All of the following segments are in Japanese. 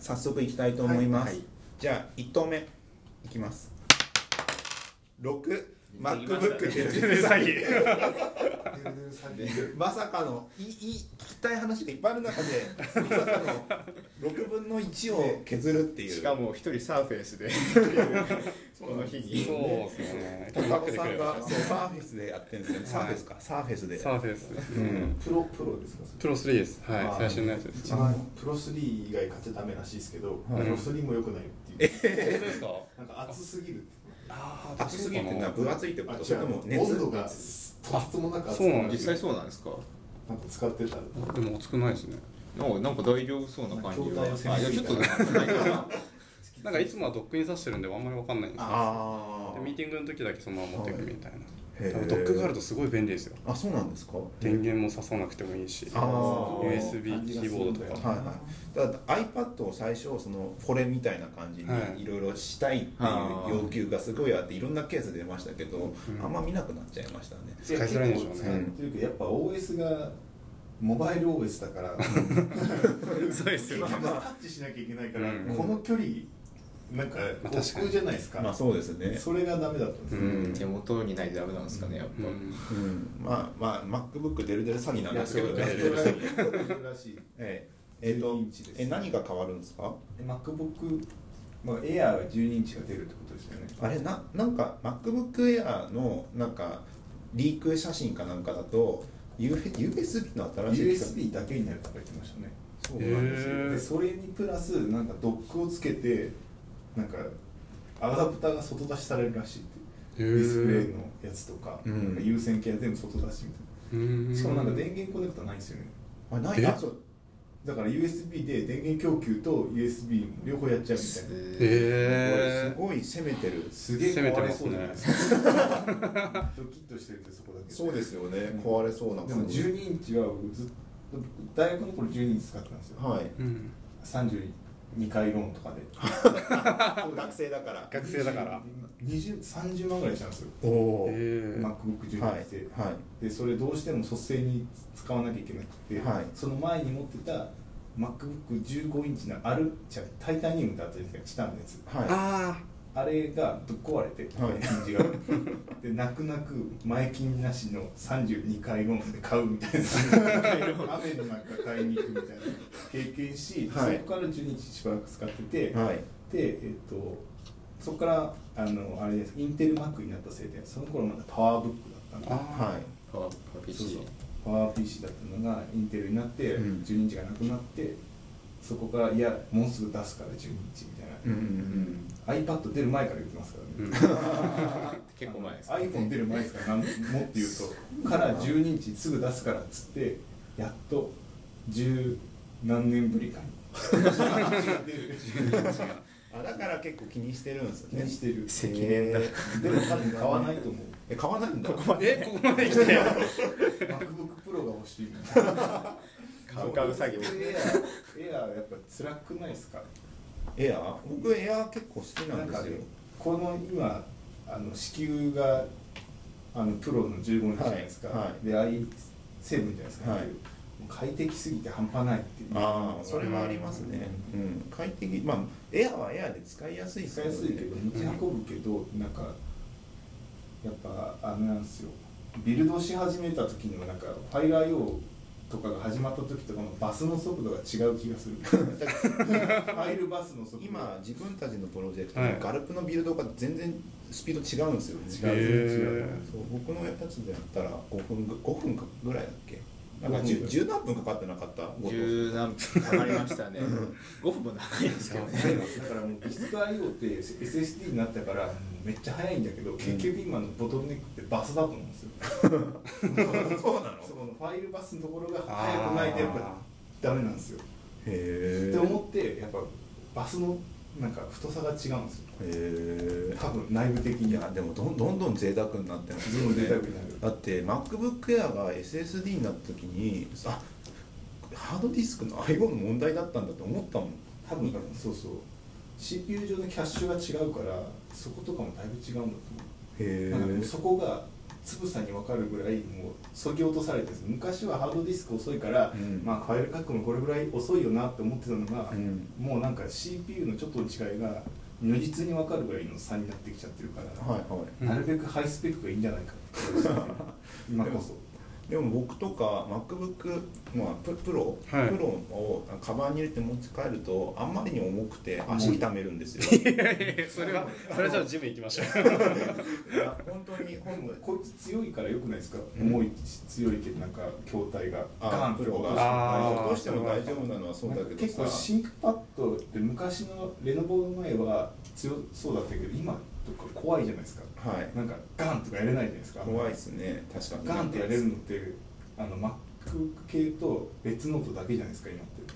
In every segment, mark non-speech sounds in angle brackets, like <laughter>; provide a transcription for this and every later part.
早速いきたいと思います、はいはいじゃあ1投目いきます6言いました MacBook ねで詐欺 <laughs> まさかのいいい聞きたい話がいっぱいある中でまさかの6分の1を削るっていうしかも一人サーフェイ <laughs> スでこの日にそうですね高尾さんが高そうサーフェスでやってるんですよね、サーフェスかサーフェスでサーフェイスです、うんプロプロですかプロ3ですはいあー最新のやつでうすちのプロ3以外勝ちゃダメらしいですけど、はいプロ3も良くないっていうですかなんか熱すぎる熱すぎるっていうのは分厚いってこあとそ違れともう熱温度がとつもなく熱くそうなん実です際そうなんですかなんか使ってたでも熱くないですねなんかなんか大丈夫そうな感じは筐体をあいやちょっとなんかないかななんかいつもはドックに挿してるんであんまり分かんないんですよあでミーティングの時だけそのまま持っていくみたいな、へー多分ドックがあるとすごい便利ですよあそうなんですか電源も挿さなくてもいいしあー USB キーボードとかはいはい、ただ iPad を最初そのこれみたいな感じはにいいろいろしたいってあいうー要求がすごいあっていろんなケース出ましたけど、あんま見なくなっちゃいましたね。使いづらいんでしょうねや結構使ってるけどやっぱ OS がモバイル OS だから <laughs> そうです今まあタッチしなきゃいけないから、うんこの距離なんかまあ確かに億劫じゃないですか,、まあそうですね。それがダメだったんですよ、うん手元にないとダメなんですかねやっぱ、うん、まあまあ MacBook デルデル詐欺なんですけどいやね。それがそれがらし <laughs> いえええっと12インチですえ何が変わるんですか？え MacBook、まあ、Air が12インチが出るってことですよねあれななんか MacBook Air のなんかリーク写真かなんかだと U USB の新しい機械 USB だけになるとか言ってましたねそうなんですよ。へーでそれにプラスなんかドックをつけてなんかアダプターが外出しされるらしいってへデーィスプレイのやつとか,、うんなんか有線系は全部外出しみたいなしかもなんか電源コネクタないんですよねあないえあそうだから USB で電源供給と USB も両方やっちゃうみたいなええすごい攻めてる。すげえ壊れそうじゃないですかドキッとしてるんでそこだけそうですよねうん。壊れそうなでも感じ。 12インチは僕ずっと僕大学の頃12インチ使ってたんですよはい。ーうん32回ローンとかで学生だから。学生だから20 30万ぐらいしたんですよおおえー MacBook 12インチで、はいはい。でそれどうしても率先に使わなきゃいけなくて、はいその前に持ってた MacBook15 インチのあるじゃあタイタニウムってあったじゃないですかチタンのやつはああれがぶっ壊れて、はい <laughs> 金地がで泣く泣く前金なしの32回ローンで買うみたいな雨の中買いに行くみたいな経験し、はいそこから12日しばらく使ってて、い。はい。で、えっとそこからあのあれですインテル Mac になったせいでその頃まだパワーブックだったんではパワーそうそう PC パワー PC だったのがインテルになって、うん12日がなくなってそこからいやもうすぐ出すから12日みたいい。な、うんうん。 iPad 出る前から言ってますからね、結構前です iPhone 出る前ですからなんも <laughs> っと言うとから12日すぐ出すからっつってやっと十何年ぶりかにあだから結構気にしてるんです気よねに。して <laughs> る責任だへでも多分買わないと思うえ買わないんだ。あ <laughs> えここまで来てよ MacBookPro が欲しいみたいな買う買う詐欺エアエアやっぱ辛くないですかエア？僕エア結構好きななんんでかすよ。この今あの支給があのプロの15日じゃないですか、はいはいで i7 じゃないですか、はいもう快適すぎて半端ないっていうああそれはありますね。うん快適まあエアはエアで使いやすいです使よいねやすいけど持ち運ぶけど、なんかやっぱあれなんですよビルドし始めた時にもなんかファイラー用とかが始まった時とかのバスの速度が違う気がするファイルバスの速度今自分たちのプロジェクトのガルプのビルドが全然スピード違うんですよね。違う全然違へうーそう僕のやつでやったら5分ぐ5分かぐらいだっけなんか5分 10, 10何分かかってなかった後藤 <laughs> 十何分かかりましたね5分も長いですけどねだからもう実質 IO って SSD になったからめっちゃ早いんだけど結局今のボトルネックってバスだと思うんですよそうなのそこのファイルバスのところが早くないとやっぱダメなんですよへえって思ってやっぱバスのなんか太さが違うんですよへ多分内部的えいにやでもどんどんどん贅沢になってます全よ部出たねくなるだって MacBookAir が SSD になった時にあハードディスクの IO の問題だったんだと思ったもん多分そうそう CPU 上のキャッシュが違うからそことかもだいぶ違うんだと思うへなんかでもえそこがつぶさに分かるぐらいもうそぎ落とされてるんです昔はハードディスク遅いから、うんまあファイル書くのこれぐらい遅いよなって思ってたのが、うんもうなんか CPU のちょっとの違いが如実に分かるぐらいの差になってきちゃってるから、はいはいなるべくハイスペックがいいんじゃないかって今こそでも僕とか MacBook、まあ、ププロ、はいプロをカバンに入れて持ち帰るとあんまりに重くて足痛めるんですよ <laughs> それはそれはじゃあジム行きましょういや本当に本当にこいつ強いからよくないですか、うん重いし強いけどなんか筐体があガンププロロががあーどうしても大丈夫なのはそうだけどさ結構シンクパッドって昔のレノボの前は強そうだったけど今とか怖いじゃないですかはいなんかガンとかやれないじゃないですか怖いですね確かにガンってやれるのってあの MacBook 系と別ノートだけじゃないですか今って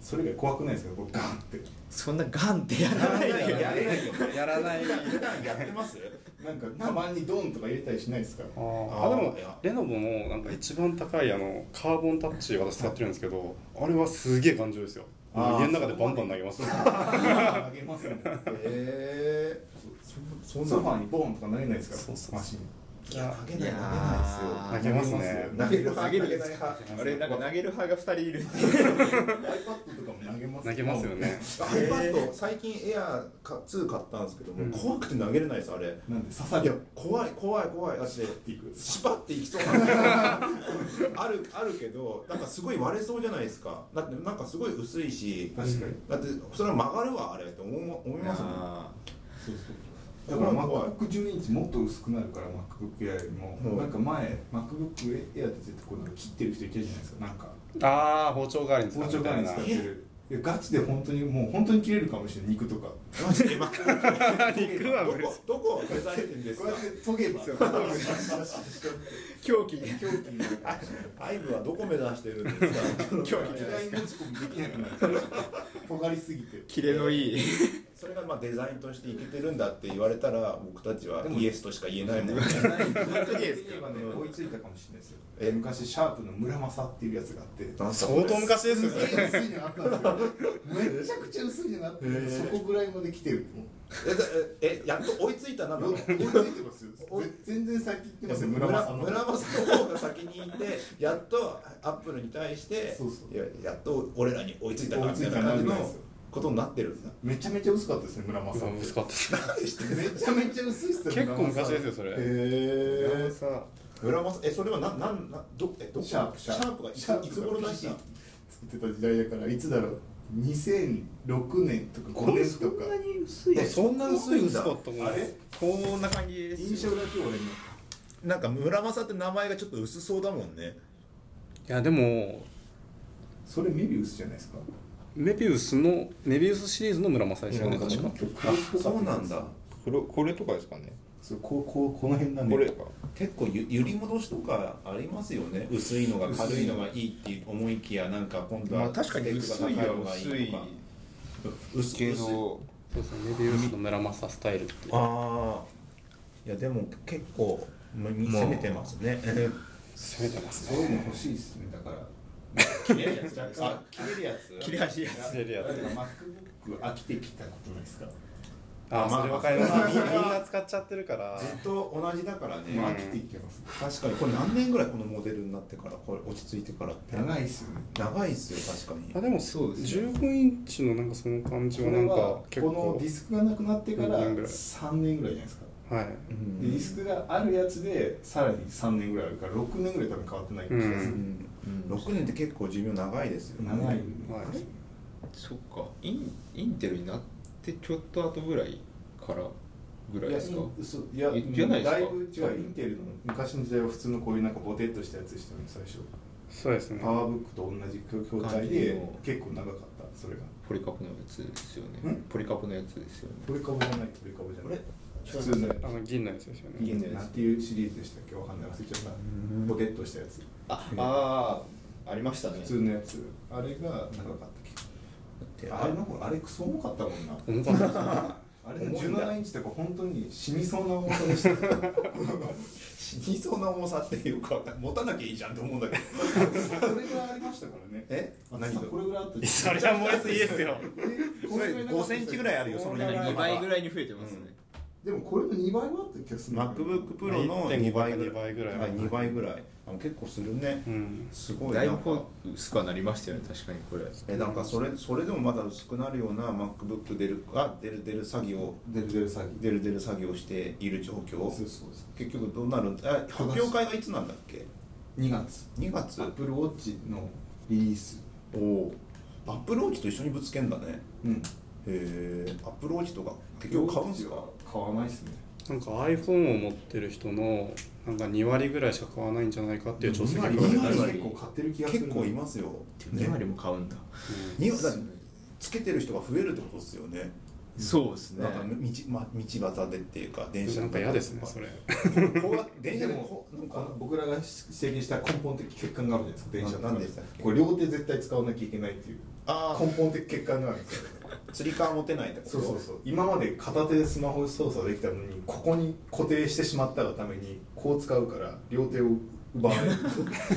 それ以外怖くないですかこうガンってそんなガンってやらないよやらないよねやらない普段普段やってますなんかたまにドンとか入れたりしない <laughs> ですかあーあでもレノボのなんか一番高いあのカーボンタッチ私使ってるんですけどあれはすげえ頑丈ですよあー家の中でバンバン投げ <laughs> ますあげますねえソファーにボンとか投げないですかそうそうそうマシンー、いや投げいないや投ー投げますねげないですよ投げる投げるやつ投げないあれなんか投げる派が2人いるってとかも投げます投げますよね iPad 最近 Air か2買ったんですけども、うん怖くて投げれないですあれなんで刺さいやる怖い怖い怖いだってていく縛っていきそうなんだけど <laughs> あるあるけどなんかすごい割れそうじゃないですかだってなんかすごい薄いし確かにだってそれは曲がるわあれって思う思いますもんあそうそうだから MacBook10 インチもっと薄くなるから MacBook Air よりも、うんなんか前 MacBook Air って絶対こうなんか切ってる人いたじゃないですかなんかああ包丁代わりに使包う丁みたがいにな使ってるいやガチで本当にもう本当に切れるかもしれない肉とかマジで肉はど無理でこすどこを目指してんですこかうやって研げばそうあ狂気狂気にな <laughs> るかもしれないアイブはどこ目指してるんですか <laughs> 狂気機じゃない内持ち込みできなくなる尖りすぎてキレのいいそれがまあデザインとしていけてるんだって言われたら僕たちはでもイエスとしか言えないもんね本当にです今ね追いついたかもしれないですよえ昔シャープの村正っていうやつがあって相当昔ですよすげねえ薄いのがあったんですよめちゃくちゃ薄いのがあってへえそこぐらいまで来てるえだええ <laughs> やっと追いついたなの追いついてますよおい全然先行ってますよ村村正の村正の方が先にいてやっとアップルに対してそうそういややっと俺らに追いついたなみたいな感じのことになってるんだめちゃめちゃ薄かったですね村正うわ薄かったですめちゃめちゃ薄いっすよ結構村昔正ですよそれへさ村正えそれはななんなどえどこシャープシャープがいついつ頃出した作ってた時代だからいつだろう2006年とか5年とかに薄えそんな薄いんだ薄かったもんあれこんな感じです印象だけ俺のなんか村正って名前がちょっと薄そうだもんねいやでもそれメビウスじゃないですかメビウスのメビウスシリーズの村正ですよね確かそうなんだこれこれとかですかねそうこうこうこの辺なんでこれとか結構ゆ揺り戻しとかありますよね薄いのが軽いのがいいって思いきやなんか今度まはあ確かに薄いは薄い薄け薄どいそうですねメビウスの村正スタイルっていうああいやでも結構ま攻めてますね攻めてますそういうの欲しいですねだから切れるやつあ切れるやつ切れ味やするやだつから MacBook 飽きてきたことないですかあああまあそれわかりますみんな使っちゃってるからずっと同じだからね、まあ飽きてきてます確かにこれ何年ぐらいこのモデルになってからこれ落ち着いてからって長いっすよね長いっすよ確かあにでもそうですね15インチのなんかその感じこはれなんはかこ結の構ディスクがなくなってから何年ぐらい3年ぐらいじゃないですかはいうんでディスクがあるやつでさらに3年ぐらいあるから6年ぐらい多分変わってない気がすうるん6年って結構寿命長いですよね長いはいそっかインインテルになってちょっと後ぐらいからぐらいいやですかそういやいじゃないですかだいぶ違うインテルの昔の時代は普通のこういうなんかボテっとしたやつでしたよね最初そうですねパワーブックと同じ筐体感でじの結構長かったそれがポリカプのやつですよねんポリカプのやつですよねこれ株じゃないこれ株じゃない普通のやあの銀のやつですよね銀のつやつなんていうシリーズでしたっけわかんない忘れちゃったボテっとしたやつああーありましたね普通のやつあれが長かった結で構あれの方あれクソ <laughs> 重かったもんな重かったですねあれの17インチとか本当に死にそうな重さでしたよ死にそうな重さっていうか持たなきゃいいじゃんって思うんだけどこれぐらいありましたからねえあ何これぐらいあった <laughs> それは燃えすぎですよえこれぐらいなかった5センチぐらいあるよそのこれぐらい二2倍ぐらいに増えてますね、でもこれの2倍はあった気がするんだけど MacBook Pro の2 1.5倍倍ぐから2い倍ぐらいはい2倍ぐらいあ結構するね、うんすごいだいなんかぶ薄くはなりましたよね確かにこれえなんかそれそれでもまだ薄くなるような MacBook 出るが出る出る作業デルデル詐欺出る出る作業をしている状況そうそうそう結局どうなるんあ発表会がいつなんだっけ2月2月 Apple Watch のリリースおおアップローチと一緒にぶつけんだねへうんえアップローチとか結局買うんすか買わないっすねなんか iPhone を持ってる人のなんか2割ぐらいしか買わないんじゃないかっていう調査2結割果が出て2る割結構買ってる気がする結構いますよ2割も買うんだ、にだってつけてる人が増えるってことですよねそうですねなんか道,、ま、道端でっていうか電うん車なんか嫌ですねそこれうやって電車でこ電車でもうなんあかの僕らが指摘した根本的欠陥があるじゃないですか電車の中ななんでしたっけこれ両手絶対使わなきゃいけないっていうあ根本的欠陥があるんですよあつり革持てないってことそうそうそう今まで片手でスマホ操作できたのにここに固定してしまったがためにこう使うから両手を奪われる根 <laughs> 本的欠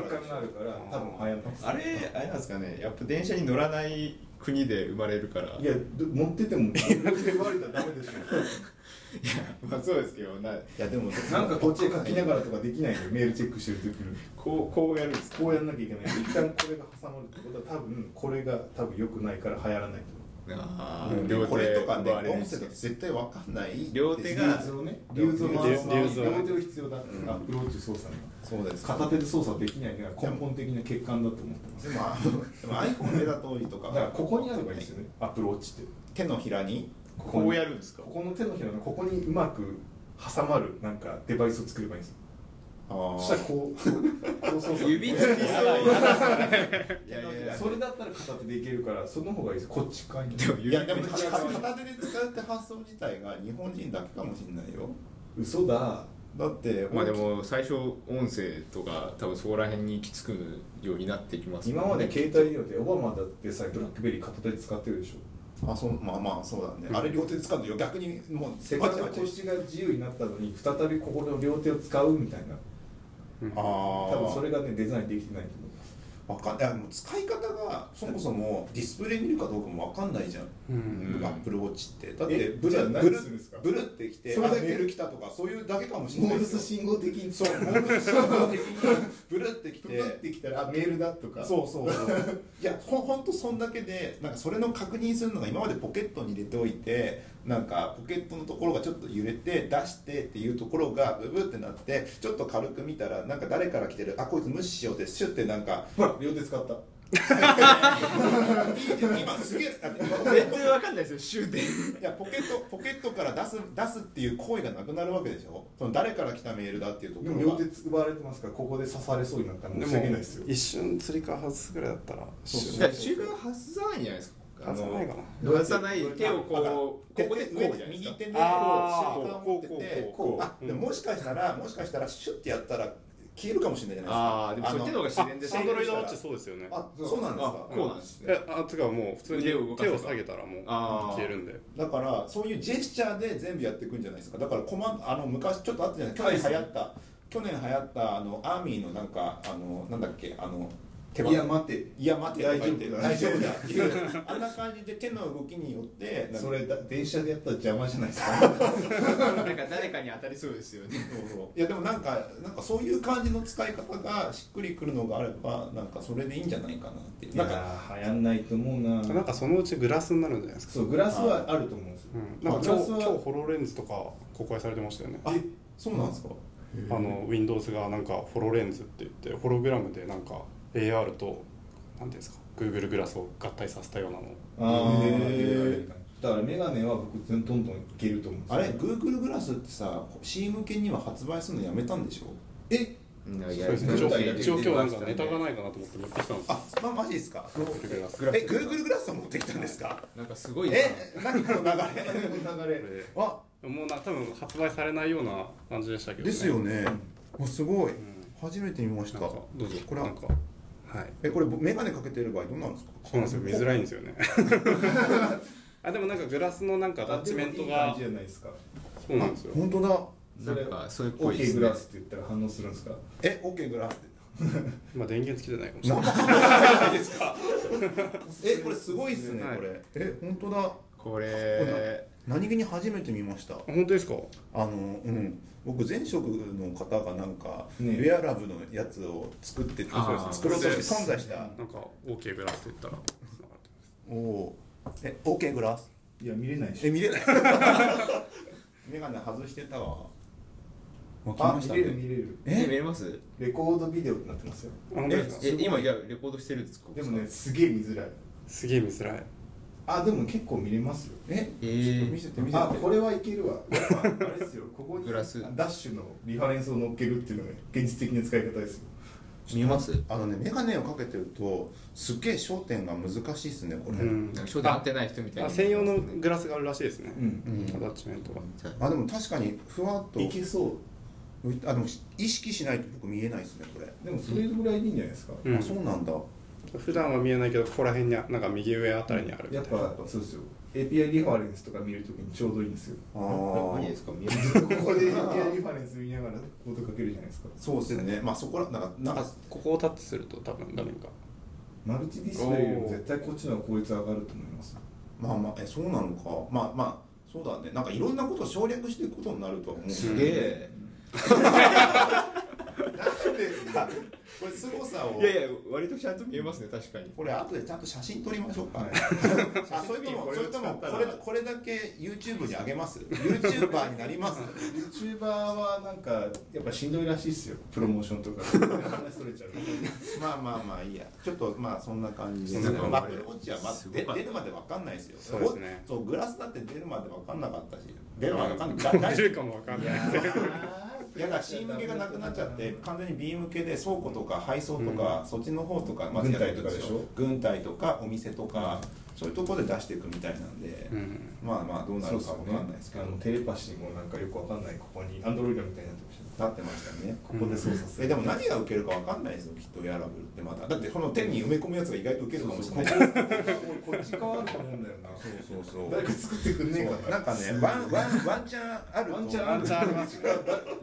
陥があるから多分流行んないですあれあれなんですかねやっぱ電車に乗らない国で生まれるからいやど持ってても両手奪われたらダメでし <laughs> いや <laughs> まあそうですけどないやでもょなんかこっちで書きながらとかできないのよメールチェックしてる時にこうこうやるんですこうやんなきゃい <laughs> けない一旦これが挟まるってことは多分これが多分良くないから流行らないとあうーん両手これとかね奪われるん音で声だすけとど絶対わかんない両手がリューズをねリューズを回すリューズを両手を必要だアんップローチ操作にそうです片手で操作できないのが根本的な欠陥だと思ってますでもあのでも iPhone 目だとりとかだからここにあればいいですよねアップルウォッチって手のひらにここうやるるんですかここの手のひらのここにうまく挟まるなんかデバイスを作ればいいんですよあそーしたらこうこう操作指つきそういやい <laughs> やそれだったら片手でいけるからその方がいいですこっち側にでもいやでも指片片手で使うって発想自体が日本人だけかもしれないよ嘘だだってまあでも最初音声とか多分そこら辺に行き着くようになってきますもん今まで携帯電話でオバマだってさブラックベリー片手で使ってるでしょあそうまあまあそうだね、うんあれ両手で使うのよ逆にもうせっバかチくバチ腰が自由になったのに再びここの両手を使うみたいなうんああ多分それがねデザインできてないと思いますわかんないやでも使い方がそもそもディスプレイ見るかどうかもわかんないじゃん、うアんップルウォッチってだってえブルじゃあ何ブルするんですかブルってきてそれだけあメール来たとかそういうだけかもしれないですよ信号的にそうモールス信号的にブルってきプルっててきたらあメールだとかそうそうそう <laughs> いやほほんとそんだけでなんかそれの確認するのが今までポケットに入れておいてなんかポケットのところがちょっと揺れて出してっていうところがブブってなってちょっと軽く見たらなんか誰から来てるあこいつ無視しようってシュッてなんかほら両手使った <laughs> 今すげえあ今全然わかんないですよ終点いやポケットポケットから出す出すっていう行為がなくなるわけでしょその誰から来たメールだっていうとこでろもが両手奪われてますからここで刺されそうになったらで申し訳ないもですよ一瞬釣りか外すぐらいだったらそうそ一う瞬だから終点は外さないんじゃないですか外さないかな外さない手をあこう手ここでこうじゃないです右か手でこうあシーェイカーを持っててこうこうこうこうあうんでももしかしたらもしかしたらシュッてやったら消えるかもしれないじゃあなあいででもすかそっちの方が自然ですあアンのドロイドウォッチそうですよねあそうなんですあかこうなんですねえあてかもう普通に腕を動かせ手ばを下げたらもうあー消えるんでだからそういうジェスチャーで全部やっていくんじゃないですかだからコマンあの昔ちょっとあったじゃない去年流行った去年流行ったあのアーミーのなんかあのなんだっけあの手いや待ていや待てとか言って大大丈夫丈夫だだっていうあんな感じで手の動きによってなんかそれだ電車でやったら邪魔じゃないですかなんか誰かに当たりそうですよねいやでもなんかなんかそういう感じの使い方がしっくりくるのがあればなんかそれでいいんじゃないかなっていうななんんかか流行んないと思うななんかそのうちグラスになるんじゃないですかそうグラスはあると思うんですようんなんかグ今ラ日スは今日ホロレンズとか公開されてましたよねあそうなんですかあの Windows がなんかホロレンズって言ってホログラムでなんか AR と何ていうんですか Google グラスを合体させたようなのああへだからメガネは僕全然どんどんいけると思うんですあれ Google グラスってさ C 向けには発売するのやめたんでしょえいそやうですねい一や応いや一応今日なんかネタがいないかなと思って持ってきたんですよあまマジですか Google グラスえ Google グラスを持ってきたんですかなんかすごいなえ何この流れ流れあもうな多分発売されないような感じでしたけど、でね、すよねあすごいん初めて見ましたなんかどうぞこれなんかはいえこれメガネかけてる場合どうなるんですかそうなんですよ見づらいんですよねあでもなんかグラスのなんかアタッチメンあでトがもいい感じじゃないですかそうなんですよ本当だそれなんかそれっぽいです OK ねグラスって言ったら反応するんですかえ OK グラスってまあ電源つけてないかもしれない <laughs> えこれすごいっすね、はいこれえ本当だこれ何気に初めて見ました本当ですかあのうん僕前職の方がなんか、ねウェアラブのやつを作っててあー作ろうとしてそう存で在したなんか OK ブラスって言ったら繋がってますおおーえ OK グラスいや見れないしえ見れ <laughs> ないメガネ外してたわわあ見れる見れるえ見ええますレコードビデオになってますよあ本当ですかえ今じゃあレコードしてるんですかでもねすげえ見づらいすげえ見づらいあでも結構見れますよええーちょっと見せて見せてあこれはいけるわやっぱあれですよここにグラスダッシュのリファレンスを乗っけるっていうのが現実的な使い方ですよ見えますあのねメガネをかけてるとすっげえ焦点が難しいですねこれ、うんなんか焦点合ってない人みたいあな専用のグラスがあるらしいですね、うんうんアタッチメントがあでも確かにふわっといけそう浮いあでも意識しないと僕見えないですねこれ、でもそれぐらいでいいんじゃないですか、うんあそうなんだ普段は見えないけどここら辺にあなんか右上あたりにあるみやったいなぱそうですよ API リファレンスとか見るときにちょうどいいんですよああーすか見えずっとここで API リファレンス見ながらコードかけるじゃないですかそうですねまあそこらなんかなんあかここをタッチすると多分画面がマルチディスプレイよりも絶対こっちの方が効率上がると思いますまあまあえそうなのかまあまあそうだねなんかいろんなことを省略していくことになるとは思うすげえ <laughs> なんでかこれ凄さをいやいや割とちゃんと見えますね確かにこれ後でちゃんと写真撮りましょうか、はい <laughs> あそれともそれともこれこれだけ YouTube に上げます YouTuber になります YouTuber はなんかやっぱしんどいらしいっすよプロモーションとか話それちゃうまあまあまあいいやちょっとまあそんな感じでそんな感じマップルウォッチは、まあ、すごかでった出るまで分かんないですよそうですねおそうグラスだって出るまで分かんなかったし出るまで分かんないだ出るかもわかんないいやだから C 向けがなくなっちゃって完全に B 向けで倉庫とか配送とか、そっちの方とか、軍隊とかでしょやってるん軍隊とかお店とか、そういうところで出していくみたいなんで、うんまあまあどうなそうるですかよ分ねかんないですけどあのテレパシーもなんかよくわかんないここにアンドロイドみたいになってましたなってましたねここで操作する、えでも何が受けるか分かんないですよきっとエアラブルってまだだってこの手に埋め込むやつが意外と受けるかもしれないそうそうこここっち側あると思うんだよなそうそう誰か作ってくんねえかななんかねワンワンワンチャンあるとワンチャンあるあります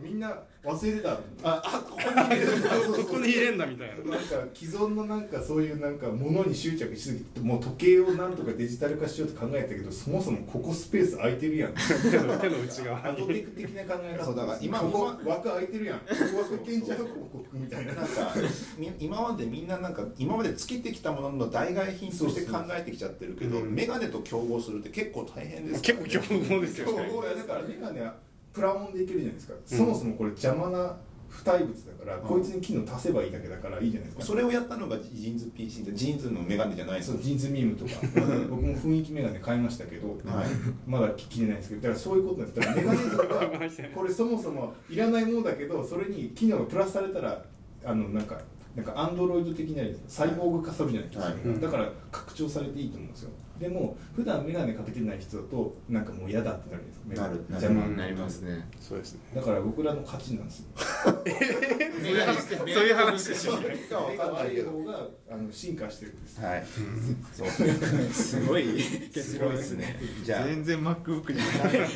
みんな忘れてたああここに入れるここに入れんだみたいななんか既存のなんかそういうなんかものに執着しすぎてもう時計をなんとかデジタル化しようと考えたけどそもそもここスペース空いてる <laughs> やん手の手の内ア側ドにテク的な考え方そうだから今ここ枠空いてるやんここ枠いけんちゃうここみたいななんかみ今までみんななんか今までつけてきたものの代替品として考えてきちゃってるけどそうそうメガネと競合するって結構大変です結構強豪ですよそうねこれだからメガネはプラモンでいけるじゃないですか、そもそもこれ邪魔な不対物だから、うんこいつに機能足せばいいだけだからいいじゃないですかそれをやったのがジーンズ PC でジーンズのメガネじゃないですそうジーンズミームとか僕も雰囲気メガネ買いましたけど、はいまだ着れないんですけどだからそういうことなんですだからメガネ族マがジでこれそもそもいらないものだけどそれに機能がプラスされたらあのなんかなんかアンドロイド的なサイボーグ化するじゃないですか、はいうんだから拡張されていいと思うんですよでも普段メガネかけてない人だとなんかもう嫌だってなるんですよなるなる邪魔にななるりますねそうですねだから僕らの勝ちなんですよそういう話でしょ目が悪い方があの進化してるんですよはいそう <laughs> すごい結論ですねじゃあ全然 MacBook じゃない